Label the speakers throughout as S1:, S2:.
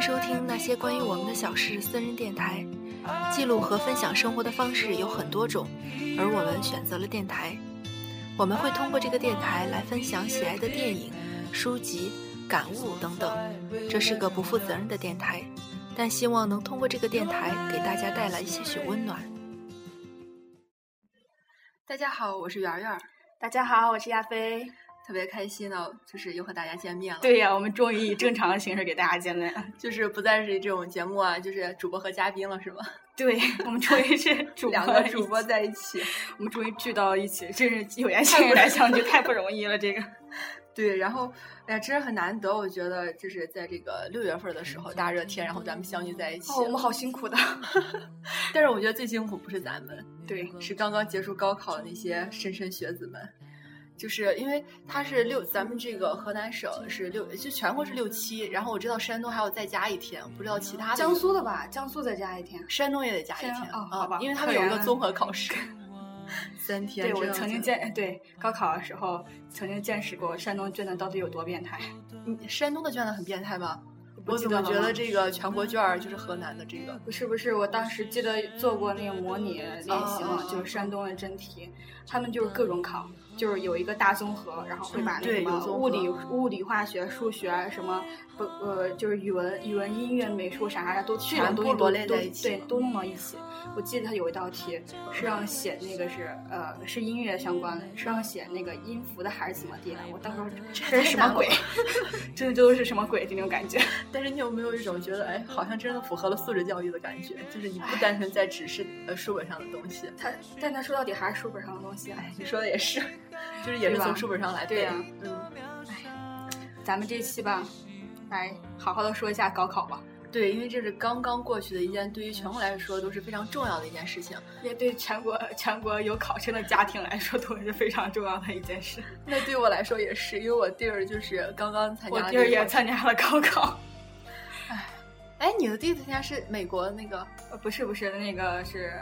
S1: 收听那些关于我们的小事私人电台，记录和分享生活的方式有很多种，而我们选择了电台。我们会通过这个电台来分享喜爱的电影、书籍、感悟等等。这是个不负责任的电台，但希望能通过这个电台给大家带来些许温暖。大家好，我是圆圆，
S2: 大家好，我是亚飞。
S1: 特别开心呢，就是又和大家见面了。
S2: 对呀、我们终于以正常的形式给大家见面了。
S1: 就是不再是这种节目啊，就是主播和嘉宾了，是吗？
S2: 对，我们终于是主播
S1: 两个主播，在一起。
S2: 我们终于聚到一起，真是有缘千里来相聚，太不容易了。这个，
S1: 对，然后哎呀，真是很难得，我觉得就是在这个六月份的时候，大热天，然后咱们相聚在一起。
S2: 哦，我嗯们好辛苦的。
S1: 但是我觉得最辛苦不是咱们，
S2: 对，
S1: 是刚刚结束高考的那些莘莘学子们。就是因为它是六，咱们这个河南省是六，就全国是六七，然后我知道山东还要再加一天，不知道其他的。
S2: 江苏的吧，江苏再加一天。
S1: 山东也得加一天
S2: 山哦
S1: 啊、
S2: 好吧
S1: 因为他们有一个综合考 试，三天。
S2: 对，我
S1: 真的
S2: 曾经
S1: 很
S2: 见，对高考的时候，曾经见识过山东卷子到底有多变态。
S1: 你山东的卷子很变态吗？
S2: 不
S1: 我
S2: 记
S1: 怎么
S2: 了
S1: 觉
S2: 吗
S1: 得这个全国卷儿就是河南的这个？
S2: 不是不是，我当时记得做过那个模拟练习嘛
S1: 哦，
S2: 就是山东的真题，他们就是各种考，就是有一个大综合，然后会把
S1: 嗯
S2: 那个
S1: 对
S2: 什
S1: 有
S2: 么
S1: 综合
S2: 物理、物理、化学、数学什么不呃，就是语文、语文、音乐、美术啥啥的都这种
S1: 全部
S2: 东西都
S1: 罗列
S2: 都
S1: 在一起
S2: 对，都弄到一起。我记得他有一道题是让写那个是呃是音乐相关的，是让写那个音符的还是怎么地的？我当时
S1: 这
S2: 这是
S1: 太
S2: 什
S1: 难
S2: 么
S1: 了
S2: 鬼？ 真的这都是什么鬼？这种感觉。
S1: 但是你有没有一种觉得，哎，好像真的符合了素质教育的感觉？就是你不单纯在只是呃书本上的东西。
S2: 他但他说到底还是书本上的东西。啊
S1: 哎，你说的也是，就是也是
S2: 对吧
S1: 从书本上来
S2: 对
S1: 背
S2: 呀、
S1: 嗯。
S2: 咱们这期吧，来好好的说一下高考吧，
S1: 对，因为这是刚刚过去的一件，对于全国来说都是非常重要的一件事情。
S2: 也对全国全国有考生的家庭来说都是非常重要的一件事。
S1: 那对我来说也是，因为我弟儿就是刚刚参加
S2: 我
S1: 了
S2: 弟儿
S1: 这个
S2: 也参加了高考，
S1: 哎，你的弟弟参加是美国那个
S2: 呃不是不是，那个是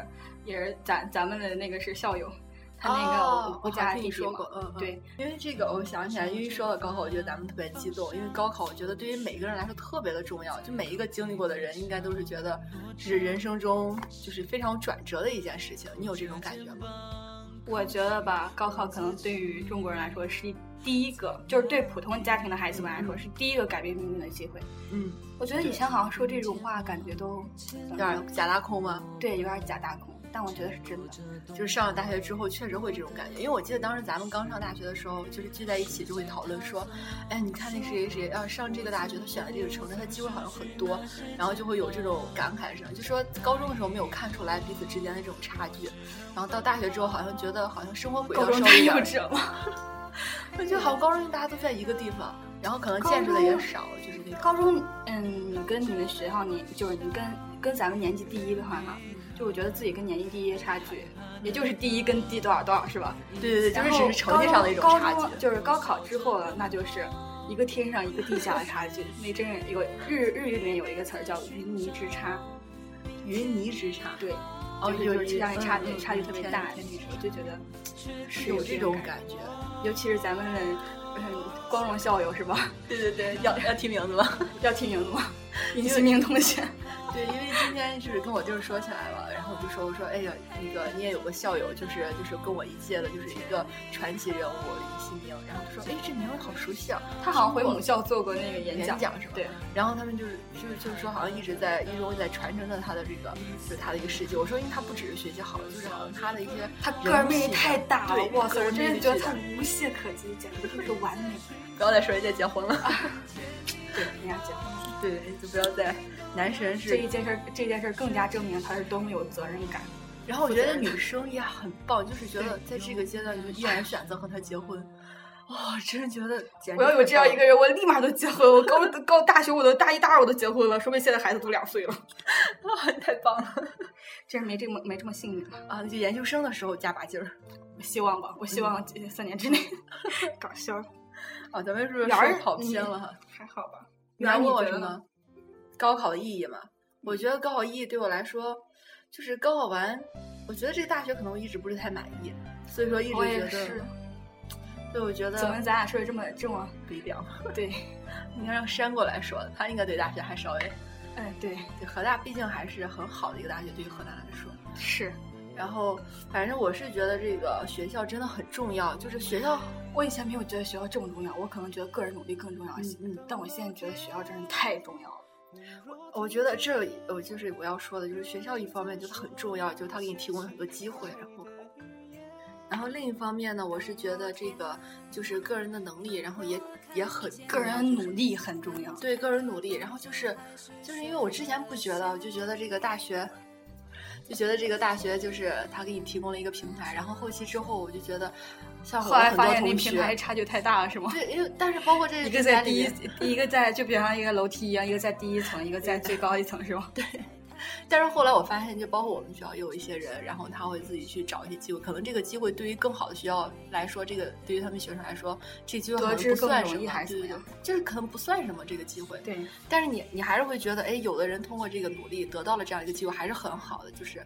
S2: 也是咱咱们的那个是校友，他那个我
S1: 哦
S2: 我
S1: 好
S2: 家
S1: 像听
S2: 弟
S1: 你
S2: 弟
S1: 说
S2: 嘛
S1: 过，，嗯，嗯
S2: 对。
S1: 因为这个，我想起来，因为说到高考，我觉得咱们特别激动，因为高考，我觉得对于每个人来说特别的重要，就每一个经历过的人，应该都是觉得是人生中就是非常转折的一件事情。你有这种感觉吗？
S2: 我觉得吧，高考可能对于中国人来说是一第一个，就是对普通家庭的孩子们来说是第一个改变命运的机会。
S1: 嗯，
S2: 我觉得以前好像说这种话，感觉都
S1: 有
S2: 有
S1: 点假大空吗？
S2: 对，有点假大空，但我觉得是真的。
S1: 就是上了大学之后，确实会这种感觉。因为我记得当时咱们刚上大学的时候，就是聚在一起就会讨论说，哎，你看那谁谁谁要、上这个大学，他选的这个城市，他机会好像很多，然后就会有这种感慨声，就说高中的时候没有看出来彼此之间的这种差距，然后到大学之后好像觉得好像生活轨道
S2: 高中
S1: 稍
S2: 太
S1: 微
S2: 幼
S1: 有点，
S2: 稚了。
S1: 我觉得好像高中大家都在一个地方，然后可能见识的也少，就是那种
S2: 高中，嗯，你跟你们学校，你就是你跟跟咱们年级第一的话哈，就我觉得自己跟年级第一的差距，也就是第一跟第多少多少是吧？
S1: 对对对，就
S2: 然
S1: 是
S2: 后
S1: 只是成绩上的一种
S2: 高中
S1: 差距
S2: 高。中就是高考之后了，那就是一个天上一个地下的差距。那真是有日日语里面有一个词儿叫云泥之差，
S1: 云泥之差，
S2: 对，
S1: 哦，
S2: 就是就是
S1: 云
S2: 这样差距
S1: 嗯
S2: 差距特别
S1: 天
S2: 大。那时候就觉得是
S1: 有
S2: 这
S1: 这种
S2: 感
S1: 感觉。
S2: 觉，尤其是咱们的嗯光荣校友是吧？
S1: 对对对，要要提名字了。
S2: 要提名字 吗？尹新明同学。
S1: 对，因为今天就是跟我弟儿说起来了，然后我就说我说哎呀，那个你也有个校友，就是就是跟我一届的，就是一个传奇人物李新明，然后他说哎这名儿好熟悉啊，
S2: 他好像回母校做过那个演讲，
S1: 演讲是吧
S2: 对，
S1: 然后他们就是就是就是说好像一直在一直在传承着他的这个就是他的一个事迹。我说因为他不只是学习好，就是好像他的一些
S2: 他个人魅力太大了
S1: 对，
S2: 哇塞！
S1: 个
S2: 我
S1: 人
S2: 真
S1: 魅
S2: 是
S1: 力
S2: 觉得
S1: 巨
S2: 他
S1: 大
S2: 无懈可击，简直就是完美。
S1: 不要再说人家结婚了，
S2: 对，人家讲，
S1: 对，就不要再男神
S2: 这
S1: 是
S2: 一件事儿，这件事儿更加证明他是多么有责任感。
S1: 然后我觉得女生也很棒，就是觉得在这个阶段就依然选择和他结婚，哇、真是觉得简直
S2: 我要有这样一
S1: 太
S2: 个人，我立马都结婚。我高高大学，我都大一、大二我都结婚了，说明现在孩子都两岁了，
S1: 棒了太棒了
S2: 真是没这么没这么幸运。
S1: 啊！就研究生的时候加把劲儿
S2: 我希望吧，我希望三年 之内搞笑，
S1: 啊，咱们是不是
S2: 哪儿
S1: 说跑偏了哈？
S2: 还好吧？
S1: 你还
S2: 哪儿
S1: 问
S2: 你
S1: 我
S2: 觉
S1: 什
S2: 得
S1: 么？高考的意义嘛？我觉得高考意义对我来说，就是高考完，我觉得这个大学可能我一直不是太满意，所以说一直
S2: 我也
S1: 觉
S2: 是
S1: 得，。所以我觉
S2: 怎么
S1: 得
S2: 咱俩 说的这么这么
S1: 不一样。
S2: 对？
S1: 你看让山过来说，他应该对大学还稍微
S2: 哎，对，
S1: 对，河大毕竟还是很好的一个大学，对于河南来说。
S2: 是，
S1: 然后，反正我是觉得这个学校真的很重要，就是学
S2: 嗯
S1: 校，
S2: 我以前没有觉得学校这么重要，我可能觉得个人努力更重要一些。
S1: 嗯嗯
S2: 但我现在觉得学校真是太重要了。
S1: 我觉得这我就是我要说的，就是学校一方面觉得很重要，就是它给你提供了很多机会，然后，然后另一方面呢，我是觉得这个就是个人的能力，然后也也很
S2: 个人努力很重要。
S1: 对个人努力，然后就是，就是因为我之前不觉得，我就觉得这个大学，就觉得这个大学就是他给你提供了一个平台，然后后期之后我就觉得，像我
S2: 后来
S1: 很
S2: 发
S1: 多
S2: 现那
S1: 同
S2: 平台
S1: 学，
S2: 差距太大了，是吗？
S1: 对，因为但是包括这
S2: 一
S1: 个
S2: 个
S1: 平
S2: 在
S1: 台
S2: 第
S1: 里
S2: 一
S1: 面，，
S2: 一个在就比如像一个楼梯一样，一个在第一层，一个在最高一层，是吗？对，
S1: 但是后来我发现，就包括我们学校也有一些人，然后他会自己去找一些机会，可能这个机会对于更好的学校来说，这个对于他们学生来说，这个机会
S2: 得
S1: 可能
S2: 之
S1: 不
S2: 更
S1: 算
S2: 容
S1: 什
S2: 易
S1: 么，
S2: 还是
S1: 对对
S2: 怎
S1: 对
S2: 么，
S1: 就是可能不算什么这个机会，
S2: 对，
S1: 但是你你还是会觉得，哎，有的人通过这个努力得到了这样一个机会，还是很好的，就是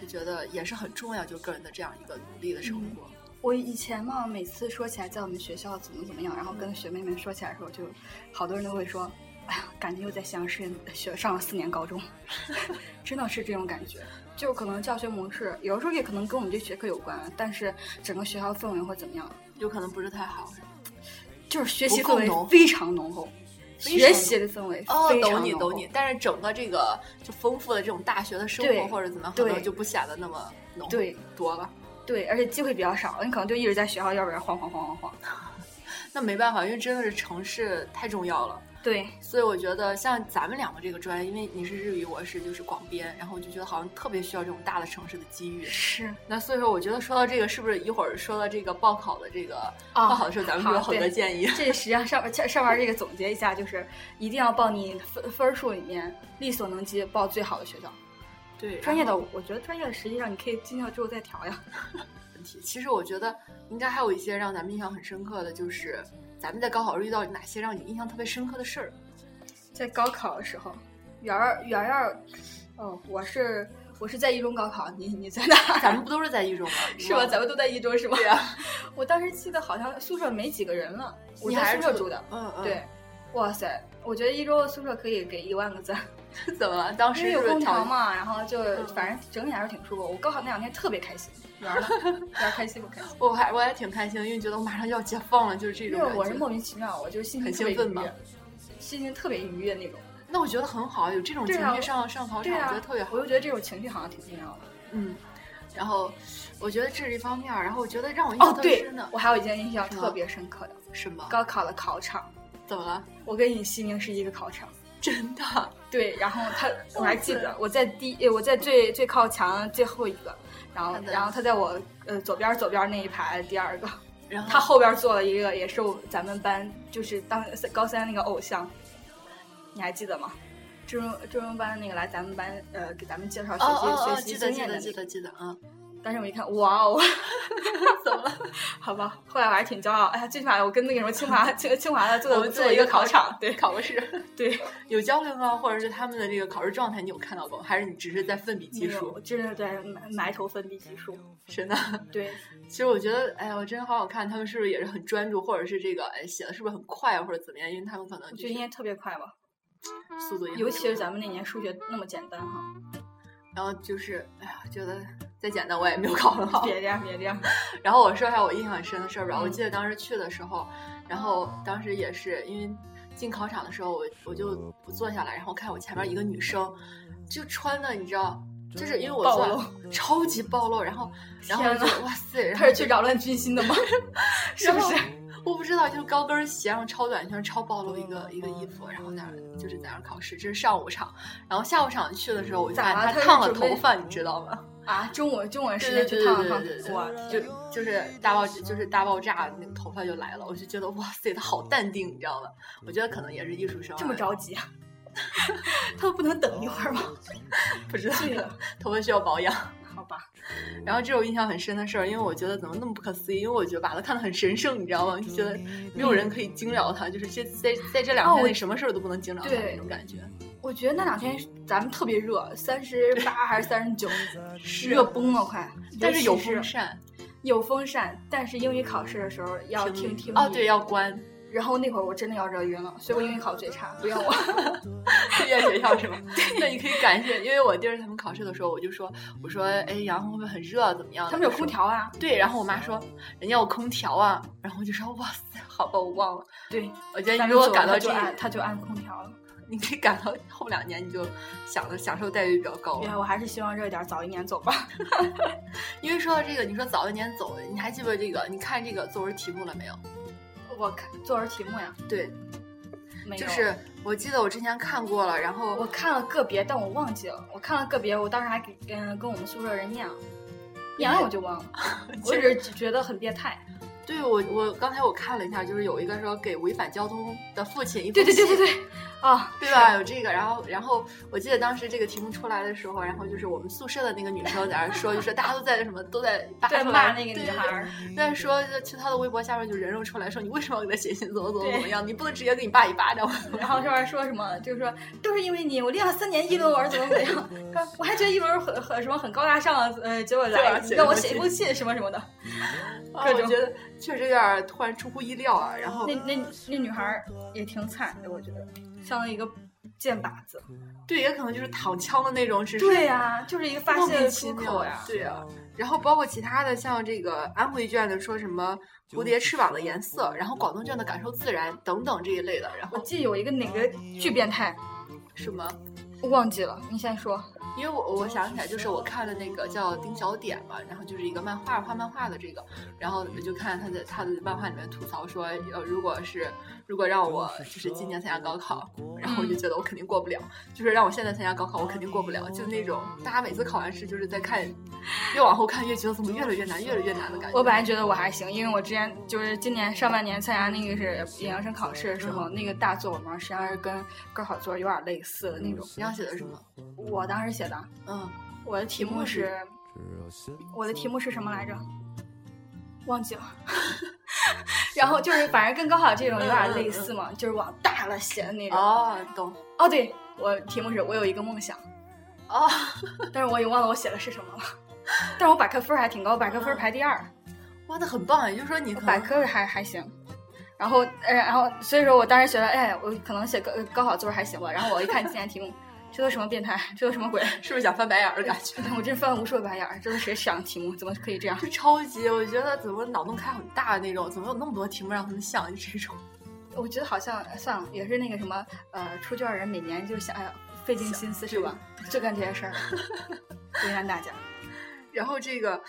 S1: 就觉得也是很重要，就是个人的这样一个努力的生
S2: 嗯
S1: 活。
S2: 我以前嘛，每次说起来在我们学校怎么怎么样，然后
S1: 嗯
S2: 跟学妹们说起来的时候，就好多人都会说：“哎呀，感觉又在西阳市呃学上了四年 高中。”真的是这种感觉，就可能教学模式有的时候也可能跟我们这学科有关，但是整个学校氛围会怎么样？
S1: 有可能不是太好，是吧
S2: 就是学习
S1: 不够
S2: 氛围
S1: 浓
S2: 非常浓厚，
S1: 非
S2: 学
S1: 常
S2: 习的氛围
S1: 哦，
S2: 非常
S1: 懂你
S2: 浓厚
S1: 懂你，，但是整个这个就丰富的这种大学的生
S2: 对
S1: 活或者怎么样，可能
S2: 对
S1: 就不显得那么浓
S2: 对
S1: 多了。
S2: 对，而且机会比较少，你可能就一直在学校，要不然晃晃晃晃晃。
S1: 那没办法，因为真的是城市太重要了。
S2: 对，
S1: 所以我觉得像咱们两个这个专业，因为你是日语，我是就是广编，然后我就觉得好像特别需要这种大的城市的机遇。
S2: 是
S1: 那所以说，我觉得说到这个，是不是一会儿说到这个报考的这个、
S2: 啊
S1: 报考的时候，哦咱们就有
S2: 好
S1: 很多
S2: 对
S1: 建 议？
S2: 这实际上上面上面这个总结一下，就是一定要报你分分数里面力所能及报最好的学校。
S1: 对
S2: 专业的，我觉得专业的实际上你可以进校之后再调呀。
S1: 问题，其实我觉得应该还有一些让咱们印象很深刻的，就是咱们在高考时遇到哪些让你印象特别深刻的事儿。
S2: 在高考的时候，圆儿圆儿，哦，我是我是在一中高考，你你在哪？
S1: 咱们不都是在一中吗？
S2: 是吧？咱们都在一中是吧？
S1: 对呀
S2: 我当时记得好像宿舍没几个人了，我
S1: 你
S2: 在
S1: 还
S2: 宿
S1: 是
S2: 舍住的。
S1: 嗯嗯，
S2: 对，哇塞，我觉得一周宿舍可以给一万个赞，
S1: 对，怎么了？当
S2: 因
S1: 时
S2: 为
S1: 是
S2: 有
S1: 不是
S2: 空调
S1: 调？
S2: 嘛，然后就反正整体来说挺舒服。我高考那两天特别开心，玩儿了， 玩儿开心不开心？
S1: 我还我还挺开心，因为觉得我马上就要解放了，就是这
S2: 因
S1: 种
S2: 为
S1: 感觉。
S2: 啊我是莫名其妙，我就心情
S1: 很
S2: 特别
S1: 兴奋
S2: 愉
S1: 吧
S2: 悦，心情特别愉悦那种。
S1: 那我觉得很好，有这种
S2: 对
S1: 情
S2: 啊
S1: 绪上、上考场，
S2: 对啊，
S1: 我觉得特别好
S2: 我。就觉得这种情绪好像挺重要的。
S1: 嗯，然后我觉得这是一方面儿，然后我觉得让我印
S2: 哦
S1: 象，特别
S2: 对
S1: 深的、，
S2: 我还有一件印象
S1: 什么
S2: 特别深刻的，
S1: 什么？
S2: 高考的考场，
S1: 怎么了？
S2: 我跟你西宁是一个考场。
S1: 真的？
S2: 对，然后 他我还记
S1: 哇
S2: 得我在第呃我在最最靠墙最后一个，然后
S1: 他在
S2: 然后他在我呃左边左边那一排第二个，
S1: 然后
S2: 他后边坐了一个也是我咱们班就是当高三那个偶像，你还记得吗？中中文班那个来咱们班呃给咱们介绍学习、
S1: 哦哦哦，
S2: 学习
S1: 记得
S2: 经
S1: 记
S2: 验的、
S1: 得
S2: 那
S1: 记
S2: 个，
S1: 得记得 啊！
S2: 当时我一看哇哦，
S1: 怎么了？
S2: 好吧，后来我还是挺骄傲，哎呀最起码我跟那个什么清华清 清华的
S1: 我
S2: 坐
S1: 们
S2: 坐
S1: 在
S2: 一
S1: 一个
S2: 个考
S1: 考
S2: 场，对
S1: 考个试
S2: 对，
S1: 有交流吗？或者是他们的这个考试状态，你有看到过吗？还是你只是在奋笔疾
S2: 那个
S1: 书
S2: 我？真的在埋埋头奋笔疾书，
S1: 真的，
S2: 对。
S1: 其实我觉得，哎呀，我真好好看，他们是不是也是很专注，或者是这个哎写的是不是很快，或者怎么样？因为他们可能
S2: 我
S1: 就
S2: 觉得应
S1: 是
S2: 该特别快吧，
S1: 速度也很
S2: 尤其
S1: 快
S2: 是咱们那年数学那么简单哈。
S1: 然后就是，哎呀，我觉得再简单我也没有考很好。
S2: 别这样，别这样。
S1: 然后我说一下我印象很深的事儿吧。
S2: 嗯
S1: 我记得当时去的时候，然后当时也是因为进考场的时候，我我就我坐下来，然后看我前面一个女生，就穿的你知道，就是因为我
S2: 暴
S1: 坐
S2: 露
S1: 超级暴露，然后然后
S2: 天
S1: 就
S2: 呐
S1: 哇塞， 然后
S2: 他是去扰乱军心的吗？ 是不是？
S1: 我不知道，就是高跟鞋，然后超短裙，超暴露一个一个衣服，然后在那儿就是在那儿考试。这是上午场，然后下午场去的时候，我就
S2: 咋
S1: 发现
S2: 了他
S1: 她
S2: 是
S1: 烫了
S2: 准备
S1: 头发，你知道吗？
S2: 啊，中午中午时
S1: 对
S2: 间
S1: 对
S2: 去
S1: 对
S2: 烫啊
S1: 对
S2: 烫
S1: 对，对
S2: 哇，
S1: 就就是大爆就是大爆炸，那个头发就来了，我就觉得哇塞，他好淡定，你知道吗？我觉得可能也是艺术生啊
S2: 这么，着急啊？ 他不能等一会儿吗？
S1: 不知道
S2: 醉了，
S1: 头发需要保养。
S2: 好吧，
S1: 然后这种印象很深的事儿，因为我觉得怎么那么不可思议，因为我觉得把它看得很神圣，你知道吗？就觉得没有人可以惊扰他，就是这在在这两
S2: 哦
S1: 天
S2: 我
S1: 内什么事儿都不能惊扰他
S2: 对
S1: 那种感觉。
S2: 我觉得那两天咱们特别热，三十八还是三十 九，热崩了快。
S1: 但是有
S2: 尤其
S1: 风扇，
S2: 有风扇，但是英语考试的时候要听
S1: 听
S2: 听
S1: 哦
S2: 力
S1: 对，要关，
S2: 然后那会儿我真的要惹晕了，所以我英语考最差，不要 我。
S1: 院学校是吗？ 那你可以感谢，因为我弟儿他们考试的时候，我就说，我说，哎，杨红会不会很热啊？怎么样？
S2: 他们有空。调啊，
S1: 对，然后我妈说，人家有空调啊，然后我就说，哇塞，好吧，我忘了。
S2: 对，
S1: 我觉得
S2: 但
S1: 你
S2: 是
S1: 如果
S2: 久
S1: 感
S2: 了
S1: 到
S2: 就
S1: 这，
S2: 按他就按空调了。
S1: 你可以感到后两年你就享的享受待遇比较高
S2: 对啊，
S1: 了。
S2: 我还是希望热一点，早一年走吧。
S1: 因为说到这个，你说早一年走，你还记不记得这个？你看这个作文题目了没有？
S2: 我看作文题目呀，
S1: 对，
S2: 没有
S1: 就是我记得我之前看过了，然后
S2: 我看了个别，但我忘记了。我看了个别，我当时还给嗯、跟我们宿舍人念了，念完我 就忘了。我只是觉得很变态。
S1: 对我我刚才我看了一下，就是有一个说给违反交通的父亲一封
S2: 对对对
S1: 信
S2: 对对，啊，
S1: 对吧？有这个，然后，然后我记得当时这个题目出来的时候，然后就是我们宿舍的那个女生在那儿说，就是大家都在什么都在扒
S2: 在
S1: 出来
S2: 骂那个
S1: 对
S2: 女孩儿，
S1: 在说就去她的微博下面就人肉出来说你为什么要给她写信，怎么怎么
S2: 对
S1: 怎么样？你不能直接给你爸一巴掌。
S2: 然后这边说什么，就是说都是因为你，我练了三年议论文怎么怎么样， 说我还觉得议论文很很什么很高大上，呃，结果
S1: 对啊
S2: 来
S1: 写
S2: 你让我
S1: 封
S2: 写一
S1: 信
S2: 封信什么什么的。
S1: 啊
S2: 各
S1: 我
S2: 种
S1: 觉得确实有点儿突然出乎意料啊。然后
S2: 那那那女孩儿也挺惨的，我觉得像一个箭靶子。
S1: 对，也可能就是躺枪的那种，只是
S2: 对呀、就是一个发
S1: 莫
S2: 泄
S1: 名
S2: 的
S1: 其
S2: 出
S1: 妙
S2: 口呀。
S1: 对啊。然后包括其他的，像这个安徽卷的说什么蝴蝶翅膀的颜色，然后广东卷的感受自然等等这一类的，然
S2: 我
S1: 后
S2: 记得有一个哪个巨变态，
S1: 什么。
S2: 我忘记了，你先说。
S1: 因为我我想起来，就是我看的那个叫《丁小点》嘛，然后就是一个漫画画漫画的这个，然后我就看他在他的漫画里面吐槽说，呃，如果是如果让我就是今年参加高考，然后我就觉得我肯定过不了，就是让我现在参加高考，我肯定过不了，就那种大家每次考完试就是在看，越往后看越觉得怎么越来越难，越来越难的感觉。
S2: 我本来觉得我还行，因为我之前就是今年上半年参加那个是研究生考试的时候，那个大作文嘛，实际上是跟高考作文有点类似的那种。
S1: 你要写的什么？
S2: 我当时写的，
S1: 嗯，
S2: 我的题目是，我的题目是什么来着？忘记了。 然后就是，反正跟高考这种有点类似嘛，就是往大了写的那种。
S1: 哦，懂，
S2: 哦，对，我题目是我有一个梦想，
S1: 哦，
S2: 但是我也忘了我写的是什么了。 但是我百科分儿还挺高，百科分儿排第二。
S1: 哇，那很棒，啊也就是说你可能
S2: 百科还还行。然后，呃，然后，所以说我当时觉得，哎，我可能写高高考作文还行吧。然后我一看今年题目，这都什么变态，这都什么鬼？
S1: 是不是想翻白眼儿的感觉？
S2: 我真翻了无数个白眼儿，这是谁想的题目？怎么可以这样？
S1: 就超级，我觉得怎么脑洞开很大的那种，怎么有那么多题目让他们想，就这种。
S2: 我觉得好像算了，也是那个什么，呃，出卷人每年就想，哎呀，费尽心思是吧？就干这些事儿，为 难大家。
S1: 然后这个，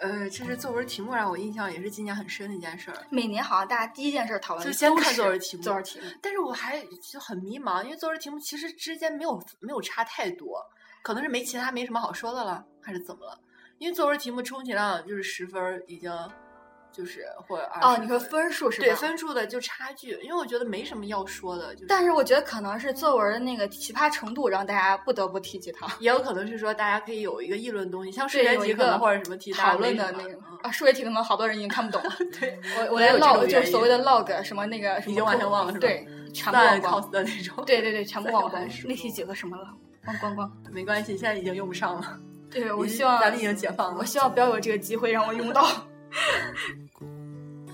S1: 呃，这是作文题目让我印象也是今年很深的一件事儿。
S2: 每年好像大家第一件事讨论
S1: 就
S2: 的
S1: 先
S2: 都
S1: 看
S2: 是
S1: 作文题目
S2: 作文题目。
S1: 但是我还就很迷茫，因为作文题目其实之间没有没有差太多，可能是没其他没什么好说的了，还是怎么了？因为作文题目充其量就是十分儿已经，啊就是或者二
S2: 哦，
S1: 十
S2: 你说
S1: 分
S2: 分数是吧？
S1: 对分数的就差距，因为我觉得没什么要说的，就是
S2: 但是我觉得可能是作文的那个奇葩程度，让大家不得不提及它。
S1: 也有可能是说大家可以有一个议论东西，像数
S2: 对
S1: 学
S2: 有
S1: 题
S2: 一
S1: 可
S2: 个
S1: 能或者什么题大家
S2: 讨论
S1: 没
S2: 的
S1: 什
S2: 那
S1: 么
S2: 种
S1: 嗯
S2: 啊，数学题可能好多人已经看不懂了。
S1: 对，
S2: 我我
S1: 也
S2: 连
S1: 有这
S2: log
S1: 种
S2: 就是
S1: 原
S2: 所谓的
S1: 因嗯
S2: log 什么那个什么
S1: 已经完全忘了是吧嗯
S2: 对，全部忘
S1: 断
S2: 光。
S1: cos 的那种。
S2: 对对对，全部忘光
S1: 在上海。
S2: 那题几个什么了？忘光光。
S1: 没关系，现在已经用不上了。
S2: 对，我
S1: 已经
S2: 希望
S1: 咱们已经解放了
S2: 我。希望不要有这个机会让我用到。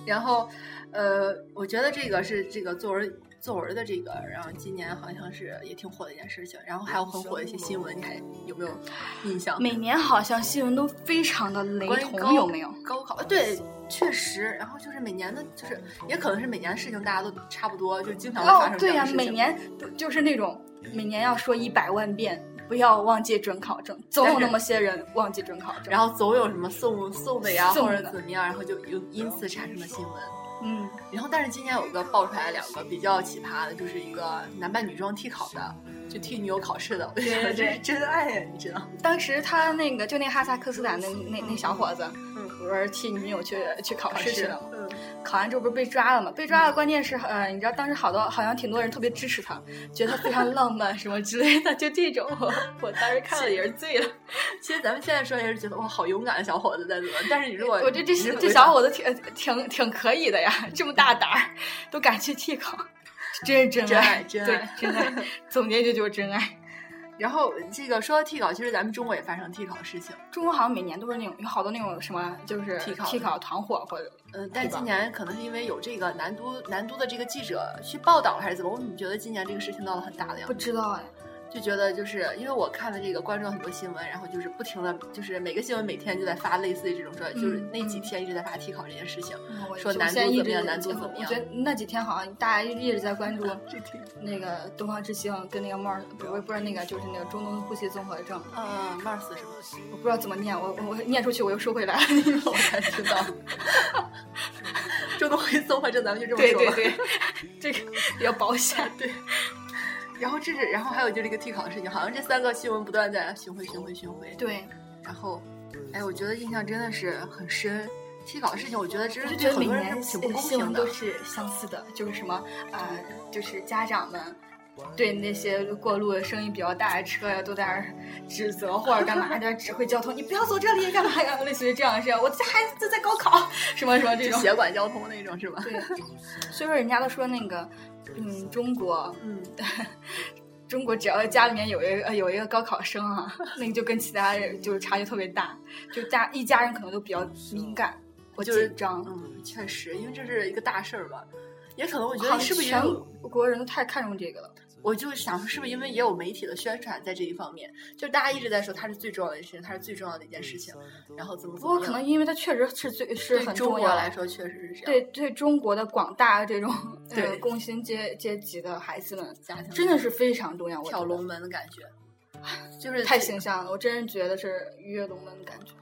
S1: 然后，呃，我觉得这个是这个作文作文的这个，然后今年好像是也挺火的一件事情。然后还有很火的一些新闻，你还有没有印象？
S2: 每年好像新闻都非常的雷
S1: 关于高
S2: 同，有没有？
S1: 高考？呃对，确实。然后就是每年的，就是也可能是每年的事情大家都差不多，就经常会发
S2: 哦
S1: 生，这
S2: 对
S1: 样
S2: 呀、
S1: 的事情。
S2: 每年就是那种每年要说一百万遍，不要忘记准考证，总有那么些人忘记准考证。
S1: 然后总有什么送送的呀，
S2: 送
S1: 或者
S2: 的
S1: 怎么样，然后就因因此产生了新闻。
S2: 嗯，
S1: 然后，但是今年有一个爆出来两个比较奇葩的，就是一个男扮女装替考的，就替女友考试的，我觉得
S2: 对
S1: 这
S2: 对
S1: 是真爱呀，你知道？
S2: 当时他那个就那哈萨克斯坦那那那小伙子，
S1: 嗯
S2: 不是替女友去去考试去了吗？
S1: 嗯，
S2: 考完之后不是被抓了吗？被抓了，关键是呃，你知道当时好多好像挺多人特别支持他，觉得他非常浪漫什么之类的，就这种我 我当时看了也是醉了。
S1: 其实咱们现在说也是觉得哇，好勇敢的小伙子在怎么，但是你如果
S2: 我觉得这是
S1: 你
S2: 这小伙子挺挺挺可以的呀，这么大胆儿都敢去替考，真是真
S1: 真
S2: 爱，
S1: 爱真
S2: 对
S1: 爱
S2: 真爱。总结一句就是真爱。
S1: 然后这个说到替考，其实咱们中国也发生替考的事情，
S2: 中国好像每年都是那种有好多那种什么，就是
S1: 替考
S2: 替考团伙或者
S1: 嗯、但
S2: 是吧
S1: 今年可能是因为有这个南都南都的这个记者去报道了还是怎么，我怎么觉得今年这个事情闹得很大的样
S2: 不
S1: 子？
S2: 知道哎，
S1: 就觉得就是因为我看了这个关注了很多新闻，然后就是不停的，就是每个新闻每天就在发类似的这种说，就是
S2: 嗯
S1: 那几天一直在发替考这件事情。
S2: 嗯我
S1: 说
S2: 就
S1: 男
S2: 现在
S1: 足怎
S2: 一
S1: 么
S2: 直
S1: 样男足怎么
S2: 我
S1: 样
S2: 觉得那几天好像大家一直在关注
S1: 这挺
S2: 那个东方之星跟那个 Mars，不是不是那个就是那个中东呼吸综合症，
S1: 呃，Mars 什么？
S2: 我不知道怎么念，我我我念出去我又收回 来，我才知 道。
S1: 中东回综合症，咱们就这么
S2: 对
S1: 说吧。
S2: 对对，这个比较保险。对，
S1: 然后这是，然后还有就是一个替考的事情，好像这三个新闻不断在巡回、巡回、巡回。
S2: 对，
S1: 然后，哎，我觉得印象真的是很深。替考的事情，我觉得真
S2: 我
S1: 是
S2: 就
S1: 对
S2: 觉得
S1: 很
S2: 每
S1: 多人
S2: 年
S1: 是挺不公
S2: 新闻
S1: 平的
S2: 都。是相似的，就是什么呃，就是家长们。对那些过路声音比较大的车呀，都在那儿指责或者干嘛，在那儿指挥交通，你不要走这里干嘛呀？类似于这样的事。我这孩子在高考，什么什么这
S1: 就
S2: 种。
S1: 血管交通那种是 吧？
S2: 对，所以说人家都说那个，嗯，中国
S1: 嗯，
S2: 中国只要家里面有一个呃有一个高考生啊， 那个就跟其他人就是差距特别大，就家一家人可能都比较敏感，我
S1: 就是
S2: 紧张。
S1: 嗯，确实，因为这是一个大事儿吧。也可能我觉
S2: 好
S1: 得
S2: 像
S1: 是不是也
S2: 全
S1: 有，
S2: 国人都太看重这个了？
S1: 我就想是不是因为也有媒体的宣传在这一方面，就是大家一直在说它是最重要的事情，它是最重要的一件事情，然后怎么
S2: 不
S1: 怎么
S2: 过
S1: 样。
S2: 可能因为它确实是最是
S1: 啊对
S2: 很
S1: 中
S2: 重
S1: 国
S2: 要
S1: 来，说确实是这样。
S2: 对对中国的广大这种
S1: 对
S2: 呃工薪阶阶级的孩子们，
S1: 家庭
S2: 真的是非常重要。我觉得
S1: 跳龙门的感觉，就是
S2: 太形象了，我真是觉得是跃龙门的感觉。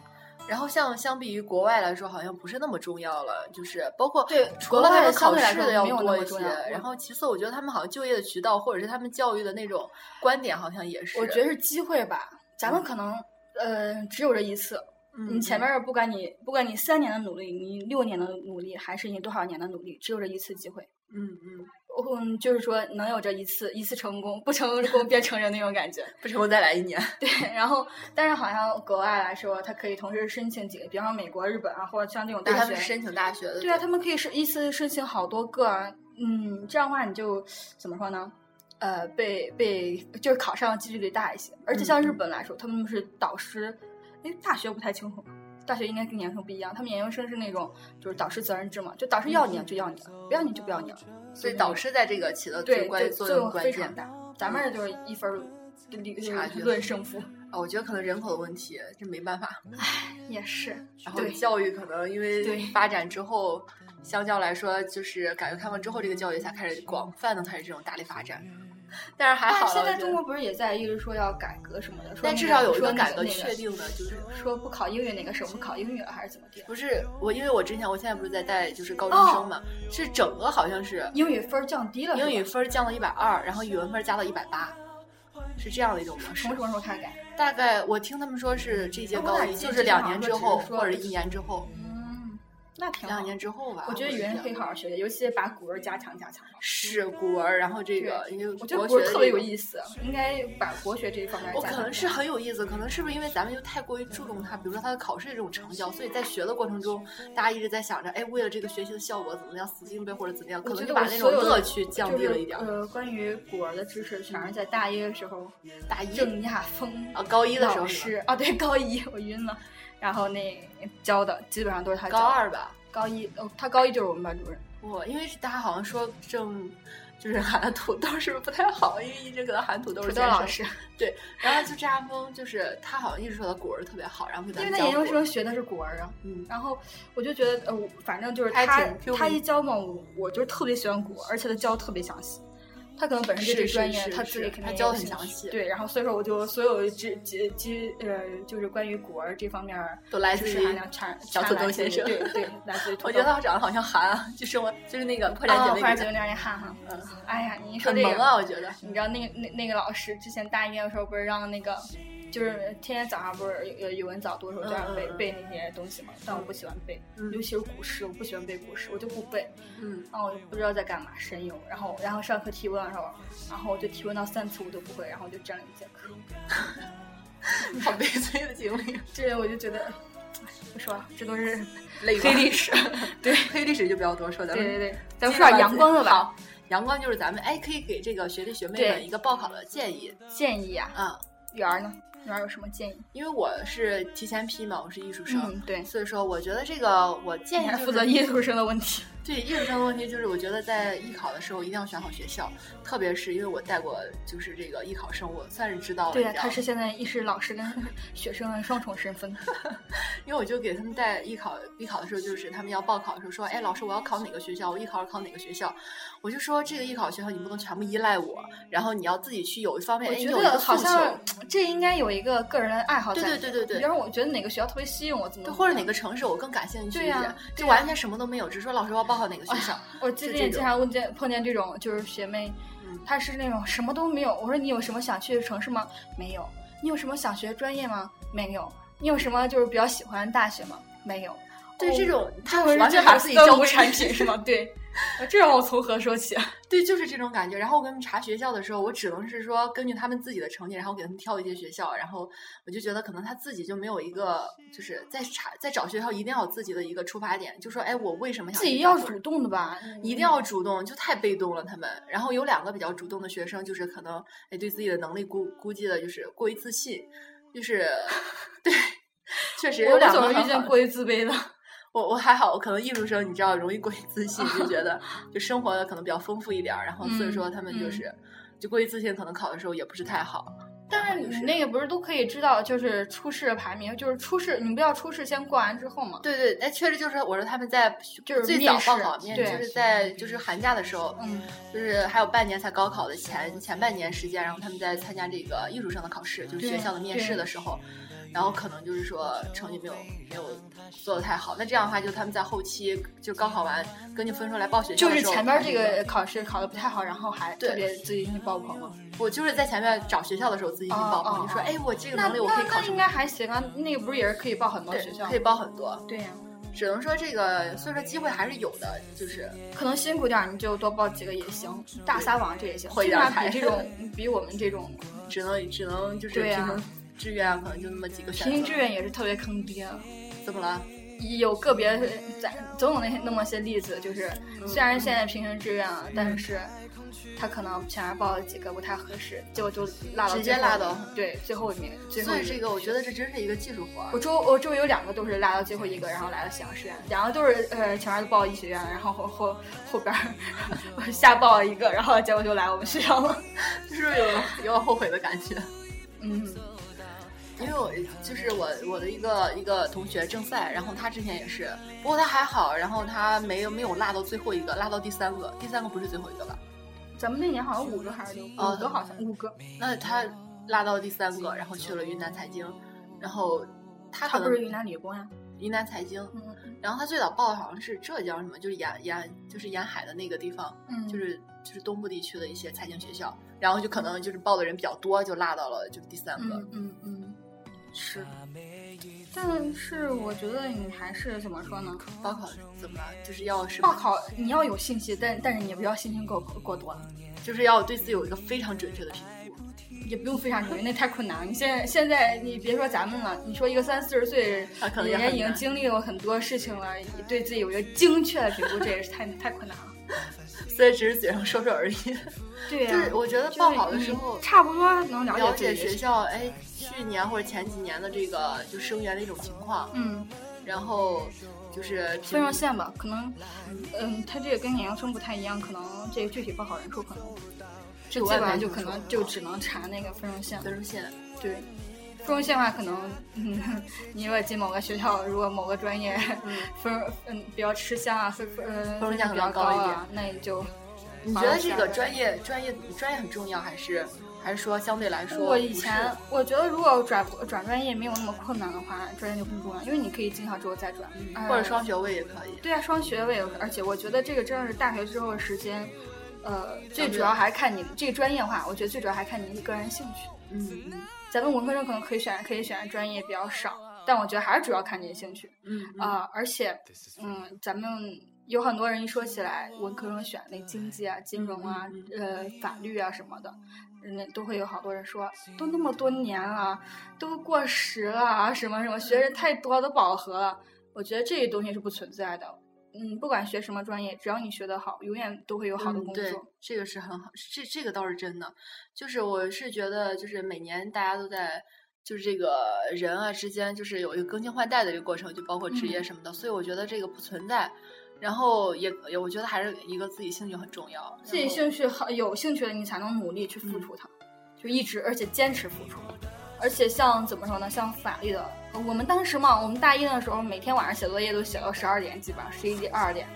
S1: 然后像相比于国外来说，好像不是那么重要了，就是包括
S2: 对
S1: 除
S2: 国
S1: 了他
S2: 外
S1: 们
S2: 的
S1: 相
S2: 考
S1: 对来
S2: 试
S1: 说的要
S2: 没有那
S1: 多
S2: 么
S1: 一些
S2: 重要。
S1: 然后其次，我觉得他们好像就业的渠道或者是他们教育的那种观点，好像也是。
S2: 我觉得是机会吧，咱们可能呃只有这一次，
S1: 嗯
S2: 你前面儿不管你不管你三年的努力，你六年的努力，还是你多少年的努力，只有这一次机会。
S1: 嗯嗯，
S2: 嗯，就是说能有这一次，一次成功，不成功便成人那种感觉。
S1: 不成功再来一年。
S2: 对，然后但是好像国外来说，它可以同时申请几个，比方说美国、日本啊，或者像这种
S1: 对
S2: 大
S1: 他们
S2: 学，
S1: 申请大学的，
S2: 对啊，他们可以是一次申请好多个啊。嗯，这样的话你就怎么说呢？呃，被被就是考上的几率得大一些。而且像
S1: 嗯
S2: 日
S1: 嗯
S2: 本来说，他们是导师，哎，大学不太清楚。大学应该跟研究生不一样，他们研究生是那种就是导师责任制嘛，就导师要你啊就要你啊，不要你就不要你了。
S1: 所以导师在这个起到最
S2: 对，
S1: 嗯关
S2: 就
S1: 作
S2: 作
S1: 用
S2: 用
S1: 关
S2: 非常
S1: 键。
S2: 大。咱们这就是一分儿理
S1: 差距
S2: 论胜负，
S1: 啊，我觉得可能人口的问题，这没办法。
S2: 也是。
S1: 然后
S2: 对，
S1: 教育可能因为
S2: 对
S1: 发展之后，相较来说，就是改革开放之后，这个教育才开始广泛的开始这种大力发展。但是还
S2: 嗯但
S1: 好
S2: 是
S1: 了，
S2: 现
S1: 我
S2: 在
S1: 觉
S2: 中
S1: 得
S2: 国不是也在一直说要改革什么的，说
S1: 但
S2: 那
S1: 至
S2: 个嗯
S1: 少有一
S2: 说
S1: 个
S2: 那
S1: 改革
S2: 那
S1: 确定的，就是
S2: 说不考英语哪个省不考英语了，还是怎么地？
S1: 不是我，因为我之前我现在不是在带就是高中生嘛，
S2: 哦
S1: 是整个好像是
S2: 英语分儿降低了是吧，
S1: 英语分儿降到一百二，然后语文分儿加到一百八，是这样的一种模式
S2: 从。什么时候开始改？
S1: 大概我听他们说是这届
S2: 我
S1: 高
S2: 哪
S1: 一
S2: 记
S1: 就
S2: 得
S1: 是
S2: 这
S1: 两
S2: 好
S1: 年
S2: 像
S1: 之
S2: 只是
S1: 后
S2: 说
S1: 或者一年之后，
S2: 嗯，那挺好
S1: 两。年之后吧。
S2: 我觉得
S1: 或者
S2: 语
S1: 是
S2: 文
S1: 这
S2: 可以
S1: 样
S2: 好好学学，尤其把古文加强加强。
S1: 是古文儿，然后这个因为
S2: 我觉得
S1: 国
S2: 文
S1: 学
S2: 特
S1: 这
S2: 别有
S1: 个
S2: 意思，应该把国学这一方面
S1: 我
S2: 加
S1: 可
S2: 强
S1: 能是很有意思，可能是不是因为咱们就太过于注重它，比如说它的考试这种成效，所以在学的过程中，大家一直在想着，哎，为了这个学习的效果怎么样，死记硬背或者怎么样，可
S2: 我
S1: 能
S2: 觉
S1: 就
S2: 得
S1: 把
S2: 我
S1: 那种
S2: 所有的
S1: 乐趣降低了一点儿
S2: 就。是、呃，关于古文的知识，全是在大一的时候，
S1: 大一
S2: 郑亚峰
S1: 啊，嗯高一的时
S2: 嗯老
S1: 候是吧
S2: 师啊，对，高一我晕了。然后那教的基本上都是他教的
S1: 高、二吧，
S2: 高一，哦，他高一就是我们班主任。
S1: 我因为大家好像说正就是 含土豆是不是不太好，因为一直给他含土豆
S2: 土
S1: 是
S2: 豆老，师，
S1: 然后就这样风就是他好像一直说他古文特别好，然后给
S2: 因
S1: 咱
S2: 为
S1: 们
S2: 他
S1: 教
S2: 研究
S1: 古文
S2: 生学的是古文啊。
S1: 嗯，
S2: 然后我就觉得，呃，我反正就是
S1: 还
S2: 他
S1: 挺 Q
S2: 他
S1: 你
S2: 一教嘛，我我就特别喜欢古文，而且他教得特别详细。他可能本身对这
S1: 是
S2: 个专
S1: 是
S2: 业，
S1: 是
S2: 他自
S1: 是
S2: 己肯定
S1: 他
S2: 也
S1: 教
S2: 有
S1: 得很
S2: 兴
S1: 详
S2: 趣
S1: 细
S2: 对，然后所以说我就所有知知知呃，就是关于古文这方面
S1: 都来
S2: 知
S1: 自
S2: 识
S1: 于
S2: 含量全
S1: 小土
S2: 全来
S1: 豆
S2: 自于
S1: 先生
S2: 对对，来自于土
S1: 我觉得
S2: 豆。
S1: 他长得好像韩啊，就是我就是那个破
S2: 啊，
S1: 产姐
S2: 花
S1: 妹
S2: 姐
S1: 里
S2: 妹
S1: 面，
S2: 那样哈哈，
S1: 嗯，
S2: 哎呀，你一说
S1: 很
S2: 这
S1: 萌
S2: 个，
S1: 啊，我觉得。
S2: 你知道那个那那个老师之前大一的时候不是让那个，就是天天早上不是有有语文早读的时候就让背
S1: 嗯嗯嗯
S2: 背那些东西嘛，但我不喜欢背，
S1: 嗯
S2: 尤其是古诗，我不喜欢背古诗，我就不背，
S1: 嗯，
S2: 然后我就不知道在干嘛，神游，然后然后上课提问的时候，然后我就提问到三次我都不会，然后我就占了一节课，
S1: 好悲催的经 历，
S2: 这我就觉得，哎不说了，这都 是
S1: 累吧
S2: 黑历史，对
S1: 黑历史就不要多说，咱
S2: 对对
S1: 们
S2: 对，咱们说点阳光的吧，
S1: 阳光就是咱们哎，可以给这个学弟学妹
S2: 对
S1: 们一个报考的建议
S2: 建议啊，
S1: 啊。
S2: 圆儿呢？圆儿有什么建议？
S1: 因为我是提前批嘛，我是艺术生，
S2: 嗯，对，
S1: 所以说我觉得这个我建
S2: 你
S1: 议、就
S2: 还
S1: 是、
S2: 负责艺术生的问题。
S1: 对艺术生的问题就是，我觉得在艺考的时候一定要选好学校，特别是因为我带过就是这个艺考生，我算是知道了
S2: 对呀、啊
S1: 一点儿
S2: 他是现在亦是老师跟 学生的双重身份。
S1: 因为我就给他们带艺考，艺考的时候就是他们要报考的时候说，哎，老师我要考哪个学校，我艺考要考哪个学校，我就说这个艺考学校你不能全部依赖我，然后你要自己去有一方面，
S2: 我
S1: 哎，你
S2: 觉
S1: 有一个
S2: 得好
S1: 诉
S2: 像
S1: 求，
S2: 这应该有一个个人的爱好在
S1: 对
S2: 里
S1: 对
S2: 面。
S1: 对对对
S2: 比如说我觉得哪个学校特别吸引我，怎
S1: 对，
S2: 么怎么
S1: 或者
S2: 样
S1: 哪个城市我更感兴趣一
S2: 对呀
S1: 点，
S2: 对
S1: 就
S2: 呀啊
S1: 完全什么都没有，只说老师我要报考哪个学校，
S2: 我最
S1: 就
S2: 近也
S1: 这
S2: 经
S1: 种
S2: 常问见碰见这种就是学妹
S1: 嗯，
S2: 她是那种什么都没有。我说你有什么想去的城市吗？没有。你有什么想学的专业吗？没有。你有什么就是比较喜欢的大学吗？没有。
S1: 对
S2: 哦
S1: 这种他
S2: 我是
S1: 完
S2: 这
S1: 全把
S2: 把
S1: 自己
S2: 三
S1: 交
S2: 无
S1: 给
S2: 产品是吗？对，这让我从何说起？啊
S1: 对，就是这种感觉。然后我给他们查学校的时候，我只能是说根据他们自己的成绩，然后给他们挑一些学校。然后我就觉得可能他自己就没有一个，就是在查在找学校一定要有自己的一个出发点，就说哎，我为什么想
S2: 自己
S1: 去
S2: 要
S1: 找
S2: 主动的吧，
S1: 一定要主动，就太被动了他们。然后有两个比较主动的学生，就是可能哎对自己的能力估估计的就是过于自信，就是 对，确实
S2: 我
S1: 有两个
S2: 我总是
S1: 很
S2: 遇见
S1: 好
S2: 过于自卑的。
S1: 我我还好，我可能艺术生你知道容易过于自信，就觉 得就生活的可能比较丰富一点儿，然后所以
S2: 嗯
S1: 说他们就
S2: 嗯
S1: 是、就过于自信，可能考的时候也不是太好。
S2: 但是
S1: 就
S2: 你那个不是都可以知道，就是初试的排名，就是初试，你不要初试先过完之后嘛。
S1: 对对，哎，确实就是我说他们在
S2: 就是
S1: 最
S2: 面
S1: 早报
S2: 试
S1: 考面，嗯
S2: 对
S1: 就是在就是寒假的时候，
S2: 嗯，
S1: 就是还有半年才高考的前前半年时间，然后他们在参加这个艺术生的考试，就是学
S2: 对
S1: 校的面试
S2: 对
S1: 的时候，然后可能就是说成绩没有没有做的太好，那这样的话就他们在后期就高考完根据分数来报学校
S2: 就
S1: 的
S2: 是
S1: 时候
S2: 前面
S1: 看
S2: 这个考试考的不太好，然后还
S1: 对
S2: 特别自己去爆棚了。
S1: 我就是在前面找学校的时候自己去报
S2: 哦
S1: 嘛，
S2: 哦
S1: 就说
S2: 哦
S1: 哎，我这个
S2: 那
S1: 能力我可以考
S2: 那
S1: 什
S2: 应
S1: 么？
S2: 该还行啊，那个不是也是可以报很多学
S1: 对，
S2: 校
S1: 可以？报很多，
S2: 对呀、
S1: 只能说这个，所以说机会还是有的，就是
S2: 可能辛苦点儿，你就多报几个也行，大撒网这也行，
S1: 混
S2: 起
S1: 点
S2: 码
S1: 财
S2: 比这种比我们这 种
S1: 只能只能就是
S2: 对
S1: 平
S2: 呀
S1: 衡志愿啊，可能就那么几个选
S2: 平行
S1: 择。
S2: 志愿也是特别坑爹的。
S1: 怎么了？
S2: 有个别在总有那些那么些例子，就是虽然现在平行志愿啊，但是他可能前面报了几个不太合适，结果就落到
S1: 直接
S2: 最后
S1: 落到
S2: 对最后一名，最后
S1: 所
S2: 一
S1: 以
S2: 名
S1: 这个我觉得这真是一个技术活
S2: 我
S1: 儿。
S2: 周我周围有两个都是拉到最后一个，然后来了沈阳师院，两个都是呃前面都报医学院，然后后后后边儿 瞎报了一个，然后结果就来我们学校了。
S1: 是不是有 有点后悔的感觉？
S2: 嗯，
S1: 因为我就是我我的一个一个同学正赛，然后他之前也是，不过他还好，然后他没有没有落到最后一个，落到第三个，第三个不是最后一个吧？
S2: 咱们那年好像五个还是六个，
S1: 哦
S2: 五个好像五个，
S1: 那他拉到第三个，然后去了云南财经，然后他
S2: 他
S1: 可
S2: 不
S1: 能
S2: 是云南理工呀？
S1: 云南财经，
S2: 嗯
S1: 然后他最早报的好像是浙江什么，就是沿沿就是沿海的那个地方，
S2: 嗯，
S1: 就是就是东部地区的一些财经学校，然后就可能就是报的人比较多，就落到了就是第三个。
S2: 嗯嗯嗯，是。但是我觉得你还是怎么说呢？
S1: 报考怎么了？就是要是
S2: 报考你要有信心，但但是你也不要信心过过多了，
S1: 就是要对自己有一个非常准确的评估。
S2: 也不用非常努力，那太困难了。你现在现在你别说咱们了，你说一个三四十岁的人
S1: 他可能也
S2: 人家
S1: 很
S2: 已经
S1: 难
S2: 经历过很多事情了，对自己有一个精确的评估，这也是太太困难了。
S1: 所以只是嘴上说说而已。
S2: 对呀、
S1: 就是我觉得
S2: 就是
S1: 报考的
S2: 你
S1: 时候。
S2: 差不多能了
S1: 了解
S2: 解自己
S1: 学
S2: 的，
S1: 校，哎，去年或者前几年的这个就生源的一种情况，
S2: 嗯，
S1: 然后就是评
S2: 分上线吧，可能，嗯，他这个跟研究生不太一样，可能这个具体报考人数可能
S1: 这
S2: 基
S1: 个外
S2: 本
S1: 面
S2: 上就可能就只能查那个分数线。
S1: 分数线，
S2: 对，分数线的话，可能 嗯，你如果进某个学校，如果某个专业
S1: 嗯，
S2: 分嗯比较吃香啊，分分呃
S1: 分数线
S2: 比
S1: 可
S2: 较
S1: 能
S2: 高
S1: 高一
S2: 啊，那也就
S1: 你觉得这个专业专业专业很重要，还是还是说相对来说？
S2: 我以前我觉得，如果转转专业没有那么困难的话，专业就不重要，因为你可以进校之后再转，呃
S1: 嗯或者双学位也可以。
S2: 对啊，双学位，而且我觉得这个真的是大学之后的时间，
S1: 嗯
S2: 呃，最主要还是看你这个专业的话，我觉得最主要还看你个人兴趣。
S1: 嗯
S2: 咱们文科生可能可以选可以选的专业比较少，但我觉得还是主要看你的兴趣
S1: 嗯嗯，
S2: 啊、而且嗯，咱们。有很多人一说起来，文科生选那经济啊、金融啊、
S1: 嗯
S2: 呃、法律啊什么的，那都会有好多人说，都那么多年了，都过时了啊，什么什么，学人太多，都饱和了。我觉得这些东西是不存在的。嗯，不管学什么专业，只要你学得好，永远都会有好的
S1: 嗯
S2: 工作。
S1: 对，这个是很好，这这个倒是真的。就是我是觉得，就是每年大家都在，就是这个人啊之间，就是有一个更新换代的一个过程，就包括职业
S2: 嗯
S1: 什么的。所以我觉得这个不存在。然后也也，我觉得还是一个自己兴趣很重要。
S2: 自己
S1: 然后嗯
S2: 兴趣好有兴趣了，你才能努力去付出它，就一直而且坚持付出。而且像怎么说呢？像法律的，我们当时嘛，我们大一的时候，每天晚上写作业都写到十二点，基本上十一点、二十点。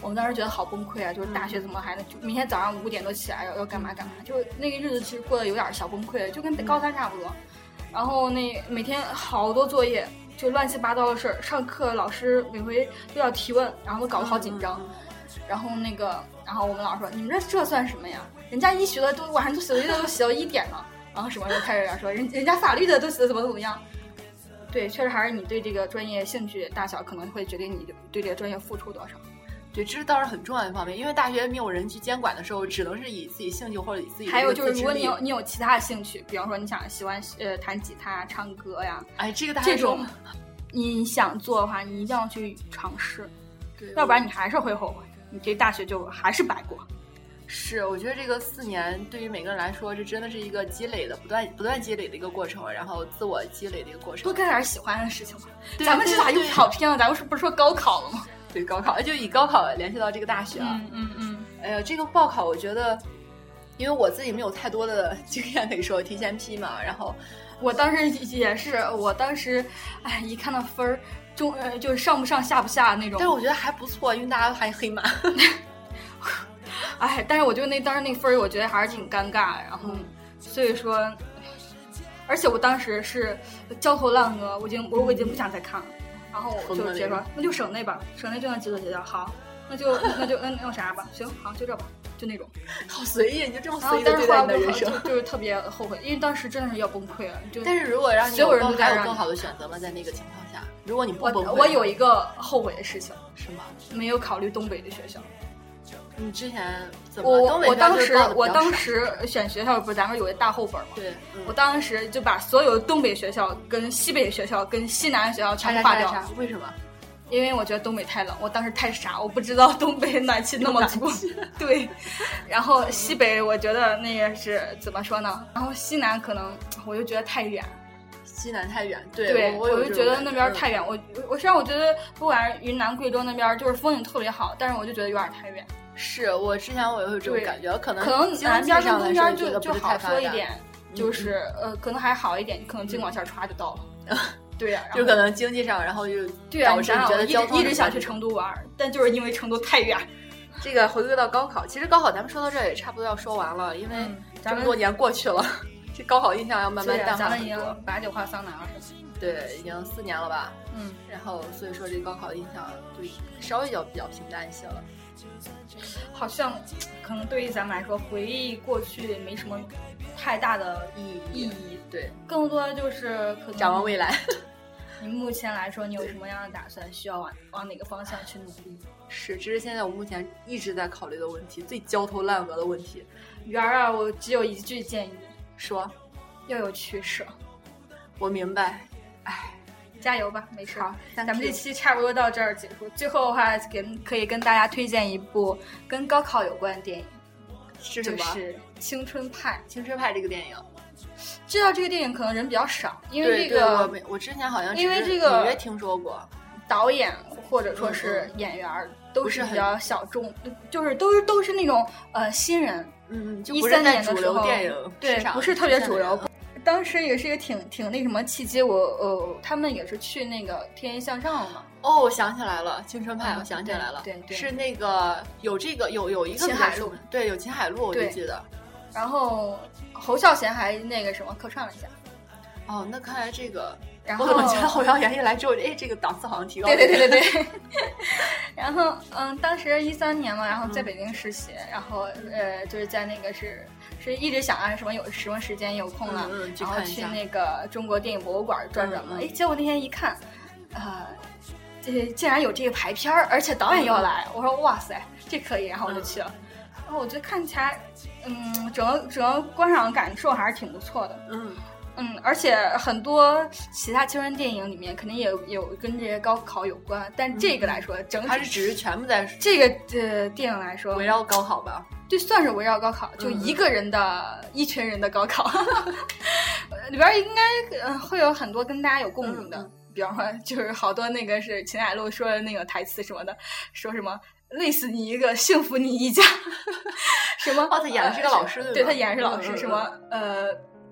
S2: 我们当时觉得好崩溃啊！就是大
S1: 嗯
S2: 学怎么还能，就每天早上五点多起来要要干嘛干嘛，就是那个日子其实过得有点小崩溃，就跟高三差不多。然后那每天好多作业，就乱七八糟的事儿。上课老师每回都要提问，然后搞得好紧
S1: 嗯
S2: 张。然后那个，然后我们老师说：“你们这这算什么呀？人家医学的都晚上都写作业都写到一点了。”然后什么时候开始有点说人人家法律的都写的怎么怎么样？对，确实还是你对这个专业兴趣大小可能会决定你对这个专业付出多少。
S1: 对，这倒是很重要的一方面，因为大学没有人去监管的时候，只能是以自己兴趣或者以自己的
S2: 还
S1: 一
S2: 有
S1: 个
S2: 就
S1: 自
S2: 是，如
S1: 制
S2: 果你
S1: 力
S2: 有你有其他的兴趣，比方说你想喜欢呃弹吉他、唱歌呀
S1: 哎，这个大家
S2: 这
S1: 说
S2: 种，你想做的话，你一定要去尝试，
S1: 对
S2: 要不然你还是会后悔，你这大学就还是白过。
S1: 是，我觉得这个四年对于每个人来说，这真的是一个积累的、不断不断积累的一个过程，然后自我积累的一个过程。
S2: 多干点喜欢的事情吧。
S1: 对
S2: 咱们
S1: 对
S2: 这咋又
S1: 对
S2: 跑偏了？咱们是不是说高考了吗？
S1: 对高考，就以高考联系到这个大学啊。
S2: 嗯嗯，
S1: 哎呀，这个报考，我觉得，因为我自己没有太多的经验可以说，提前批嘛，然后
S2: 我当时也是，我当时，哎，一看到分儿，中呃就是上不上下不下那种
S1: 但是。我觉得还不错，因为大家还黑马。
S2: 哎，但是我就那当时那分儿，我觉得还是挺尴尬。然后
S1: 嗯，
S2: 所以说，哎而且我当时是焦头烂额，我已经我我已经不想再看了。然后我就直接
S1: 疯了那
S2: 说
S1: 个，
S2: 那就省内吧，省内就能解决解决。好，那就那就那那啥吧，行，好就这吧，就那种。
S1: 好随意，你就这么
S2: 然后
S1: 随意的
S2: 啊但是
S1: 对
S2: 后
S1: 待
S2: 来
S1: 你的人
S2: 我就
S1: 生。
S2: 就是特别后悔，因为当时真的是要崩溃了。就
S1: 但是如果让你
S2: 嗯所有人
S1: 更
S2: 都在
S1: 还有
S2: 让
S1: 更
S2: 你
S1: 好的选择吗？在那个情况下，如果你不
S2: 我
S1: 崩溃，啊
S2: 我有一个后悔的事情，
S1: 是吗？
S2: 没有考虑东北的学校。
S1: 你之前怎么？
S2: 我
S1: 东北
S2: 我
S1: 学校
S2: 当
S1: 就是
S2: 时
S1: 报得比
S2: 我
S1: 较
S2: 当
S1: 少
S2: 时选学校不是咱们有个大后本吗？
S1: 对，嗯
S2: 我当时就把所有东北学校、跟西北学校、跟西南学校全部划掉，
S1: 啥？为什么？
S2: 因为我觉得东北太冷，我当时太傻，我不知道东北暖气那么足
S1: 暖。
S2: 对，然后西北我觉得那个是怎么说呢？然后西南可能我就觉得太远，
S1: 西南太远，对
S2: 对，
S1: 我
S2: 就
S1: 有这
S2: 觉
S1: 种
S2: 得
S1: 感
S2: 那边儿
S1: 嗯
S2: 太远。我我虽然我觉得不管是云南、贵州那边儿就是风景特别好，但是我就觉得有点太远。
S1: 是我之前我也有这种
S2: 对
S1: 感觉，可能
S2: 可能
S1: 经
S2: 南
S1: 济
S2: 边儿
S1: 上
S2: 跟
S1: 来
S2: 东边
S1: 说
S2: 儿
S1: 觉
S2: 就
S1: 得
S2: 就
S1: 不是
S2: 好
S1: 太发
S2: 说一
S1: 达，嗯
S2: 点，就是呃，可能还好一点，可能京往下歘就到了。对啊呀、然
S1: 就
S2: 后
S1: 可能经济上，然后就
S2: 对呀、
S1: 导
S2: 你
S1: 致
S2: 想
S1: 你
S2: 想，
S1: 觉
S2: 我
S1: 得
S2: 一
S1: 交
S2: 直
S1: 通
S2: 一直
S1: 的
S2: 想
S1: 问
S2: 去
S1: 题
S2: 成都玩儿，但就是因为成都太远。
S1: 这个回归到高考，其实高考咱们说到这儿也差不多要说完了，因为
S2: 嗯
S1: 这
S2: 咱
S1: 么
S2: 们
S1: 多年过去了， 这高考印象要慢慢
S2: 对呀啊
S1: 淡化
S2: 咱们已
S1: 很多。
S2: 经把酒话桑拿了。
S1: 对，已经四年了吧，
S2: 嗯，
S1: 然后所以说这高考印象就稍微就比较平淡一些了。
S2: 好像可能对于咱们来说，回忆过去没什么太大的意义意义，
S1: 对，
S2: 更多的就是可能
S1: 展望未来。
S2: 你目前来说，你有什么样的打算？需要往往哪个方向去努力？
S1: 是，这是现在我目前一直在考虑的问题，最焦头烂额的问题。
S2: 圆儿啊，我只有一句建议：
S1: 说，
S2: 要有取舍，
S1: 我明白。
S2: 加油吧，没事。
S1: 好，
S2: 咱
S1: 咱
S2: 们
S1: 们
S2: 这
S1: 这期
S2: 期差不多到这儿结束。最后的话，给可以跟大家推荐一部跟高考有关的电影，
S1: 是什
S2: 就
S1: 么？
S2: 是《青春派
S1: 青春派》这个电影。》。
S2: 知道这个电影可能人比较少，因
S1: 对
S2: 为这
S1: 对我
S2: 个
S1: 没，我之前好像只
S2: 因为
S1: 是
S2: 这个
S1: 隐约听说过。
S2: 导演或者说是演员儿都嗯是
S1: 不是
S2: 比较小众，嗯就是都是都是那种呃新人，
S1: 嗯，就
S2: 一
S1: 不是
S2: 三
S1: 在
S2: 年
S1: 主
S2: 的时
S1: 流
S2: 候
S1: 电影
S2: 对
S1: 市，场
S2: 不是特别
S1: 出现
S2: 主
S1: 的
S2: 流嗯
S1: 人。
S2: 当时也是一个挺挺那什么契机，我呃，他们也是去那个《天天向上》了嘛，
S1: 哦，我想起来了，《青春派》，
S2: 嗯
S1: 我想起
S2: 对
S1: 来了，
S2: 对对
S1: 是那个有这个有有一个
S2: 秦海
S1: 原著
S2: 璐，
S1: 对，有秦海璐，我就
S2: 对
S1: 记得。
S2: 然后侯孝贤还那个什么客串了一下，
S1: 哦，那看来这个，
S2: 然
S1: 我
S2: 后
S1: 怎么觉得侯耀妍一来之后，哎，这个档次好像提高了。
S2: 哦对对对 对对。然后，嗯，当时一三年嘛，然后在北京实习，然后呃，就是在那个是是一直想啊，什么有什么时间有空了，
S1: 嗯嗯去
S2: 然后
S1: 看一
S2: 去
S1: 下
S2: 那个中国电影博物馆转转
S1: 嗯
S2: 嘛。哎、
S1: 嗯
S2: 结果那天一看，呃，这竟然有这个排片儿，而且导演要
S1: 嗯
S2: 来，我说哇塞，这可以，然后我就去了。嗯然后我觉得看起来，嗯，整个整个观赏感受还是挺不错的。
S1: 嗯，
S2: 嗯，而且很多其他青春电影里面肯定也有有跟这些高考有关，但这个来说，整
S1: 嗯它是
S2: 体
S1: 只是全部在
S2: 这个呃电影来说，
S1: 围绕高考吧？
S2: 就算是围绕高考，就
S1: 嗯嗯
S2: 一个人的、一群人的高考， 里边儿应该呃会有很多跟大家有共鸣的，
S1: 嗯嗯
S2: 比方说就是好多那个是秦海璐说的那个台词什么的，说什么累死你一个，幸福你一家， 什么？
S1: 哦他演的是个老师
S2: 呃
S1: 对
S2: 对
S1: 吧
S2: 他演的是老
S1: 嗯嗯
S2: 师，
S1: 嗯
S2: 什么呃。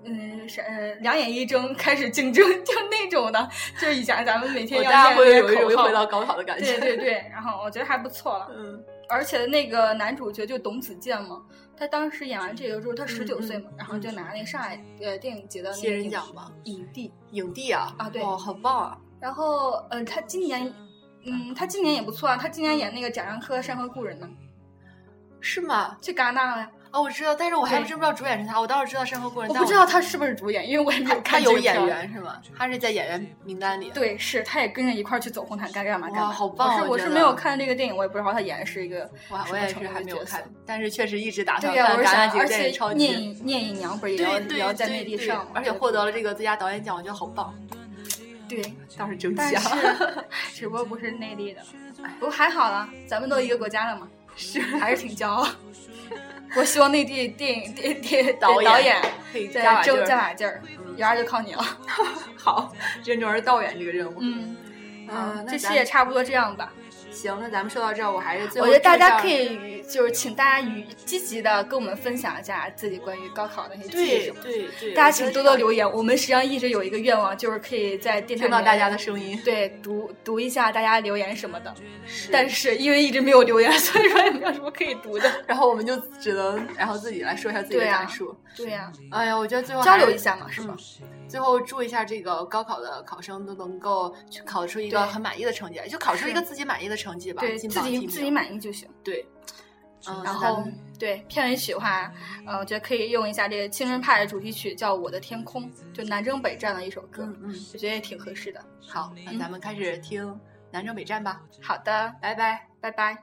S2: 嗯，是呃，两眼一睁，开始竞争， 就那种的，就是以前咱们每天
S1: 我
S2: 要
S1: 大家
S2: 念
S1: 会
S2: 的
S1: 有一种
S2: 口
S1: 又回
S2: 号
S1: 到，高考的感
S2: 对
S1: 觉。
S2: 对对，然后我觉得还不错了。
S1: 嗯，
S2: 而且那个男主角就董子健嘛，他当时演完这个之后，
S1: 嗯
S2: 他十九岁嘛，然后就拿那个上海呃电影节的那
S1: 新
S2: 个
S1: 嗯人
S2: 影
S1: 奖吧，
S2: 影帝。
S1: 影帝啊，
S2: 啊对
S1: 哇，好棒啊！
S2: 然后呃，他今年嗯，他今年也不错啊，他今年演那个贾樟柯《山河故人》呢，
S1: 是吗？
S2: 去戛纳了。
S1: 哦，我知道，但是我还
S2: 对
S1: 真不知道主演是他。我倒是知道《山河故人》，
S2: 我
S1: 但
S2: 不知道他是不是主演，因为我也没
S1: 他他
S2: 有看
S1: 有
S2: 这个片
S1: 演
S2: 儿。
S1: 员是吗？他是在演员名单里。
S2: 对，是，他也跟着一块儿去走红毯，该干嘛干
S1: 哇
S2: 嘛。
S1: 好棒啊
S2: 我是
S1: 我
S2: 我
S1: 觉
S2: 是
S1: 得
S2: 没有看这个电影，我也不知道他演的是一个
S1: 我
S2: 什
S1: 我
S2: 么
S1: 也
S2: 程
S1: 是
S2: 度
S1: 还
S2: 的
S1: 没有
S2: 角色
S1: 看，但是确实一直打算
S2: 对呀、
S1: 看
S2: 我是
S1: 啊戛纳
S2: 想，
S1: 几个
S2: 而
S1: 电
S2: 且
S1: 影超
S2: 聂
S1: 级。
S2: 隐聂隐娘不是也要
S1: 对对
S2: 也要在内地
S1: 对
S2: 上嘛，
S1: 而且获得了这个最佳导演奖，我觉得好棒，
S2: 对
S1: 倒是啊真
S2: 但
S1: 香。
S2: 是只不过不是内地的，哎不过还好啦，咱们都一个国家的嘛，是还是挺骄傲。我希望内地电影电电
S1: 导
S2: 导
S1: 演
S2: 演
S1: 可以加
S2: 再
S1: 把劲
S2: 争
S1: 儿
S2: 加把劲儿
S1: 嗯，
S2: 圆儿就靠你了。
S1: 好，任重而道远这个任务。
S2: 嗯，
S1: 啊
S2: 好
S1: 那
S2: 这
S1: 咱
S2: 期也差不多这样吧。
S1: 行，那咱们说到这儿，我还是最
S2: 我
S1: 后
S2: 觉得大
S1: 祝一
S2: 家
S1: 下
S2: 可以与就是请大家与积极的跟我们分享一下自己关于高考的那些记忆
S1: 对
S2: 什么的。
S1: 对对，
S2: 大家
S1: 我觉
S2: 请
S1: 得
S2: 多
S1: 这
S2: 多
S1: 个
S2: 留言，我们实际上一直有一个愿望，就是可以在电台
S1: 听到
S2: 里面
S1: 大家的声音。
S2: 对读读一下大家留言什么的。
S1: 是
S2: 但是因为一直没有留言，所以说也没有什么可以读的。
S1: 然后我们就只能然后自己来说一下自己的
S2: 对啊
S1: 感受。
S2: 对呀、嗯
S1: 哎呀，我觉得最后
S2: 交
S1: 还
S2: 流
S1: 是
S2: 一下嘛，是吧？
S1: 最后祝一下这个高考的考生都能够去考出一个
S2: 对
S1: 很满意的成绩来，就考出一
S2: 是
S1: 个自己满意的成绩吧，
S2: 对
S1: 金
S2: 自
S1: 榜
S2: 己
S1: 题
S2: 自
S1: 名
S2: 己满意就行。
S1: 对。嗯，
S2: 然
S1: 那咱
S2: 后
S1: 们
S2: 对片尾曲的话，呃，我觉得可以用一下这个青春派的主题曲，叫《我的天空》，就南征北战的一首歌，
S1: 嗯嗯，
S2: 我觉得也挺合适的。
S1: 好，那
S2: 嗯
S1: 咱们开始听南征北战吧，
S2: 好的，
S1: 拜拜。
S2: 拜拜。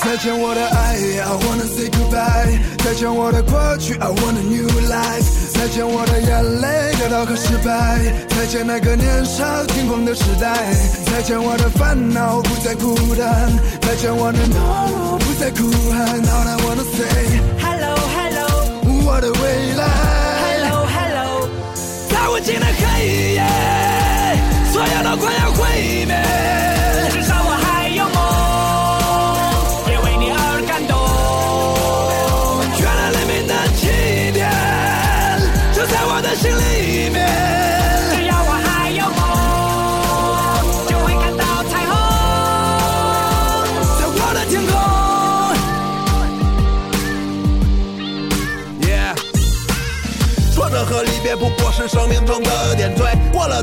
S3: 再见我的爱，I wanna say goodbye。再见我的过去，I want a new life。再见我的眼泪、跌倒和失败。再见那个年少轻狂的时代。再见我的烦恼，不再孤单。再见我的懦弱，不再哭喊。All I wanna say，
S4: Hello Hello
S3: 我的未来。
S4: Hello Hello，
S5: 在无尽的黑夜，所有都快要毁灭。至少我还有梦，也为你而感动。绚烂黎明的起点，就在我的心里面。只要我还有梦，就会看到彩虹，在我的天空。Yeah。说着和离别不过是生命中的点缀。过了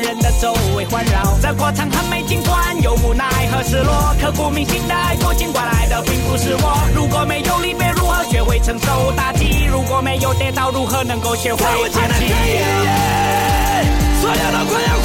S4: 人的周围环绕。这过程很美，尽管有无奈和失落，刻骨铭心的爱过，尽管来的并不是我。如果没有离别，如何学会承受打击？如果没有跌倒，如何能够学会
S5: 在我见
S4: 爬
S5: 的黑
S4: 起？
S5: 夜，所有都快要毁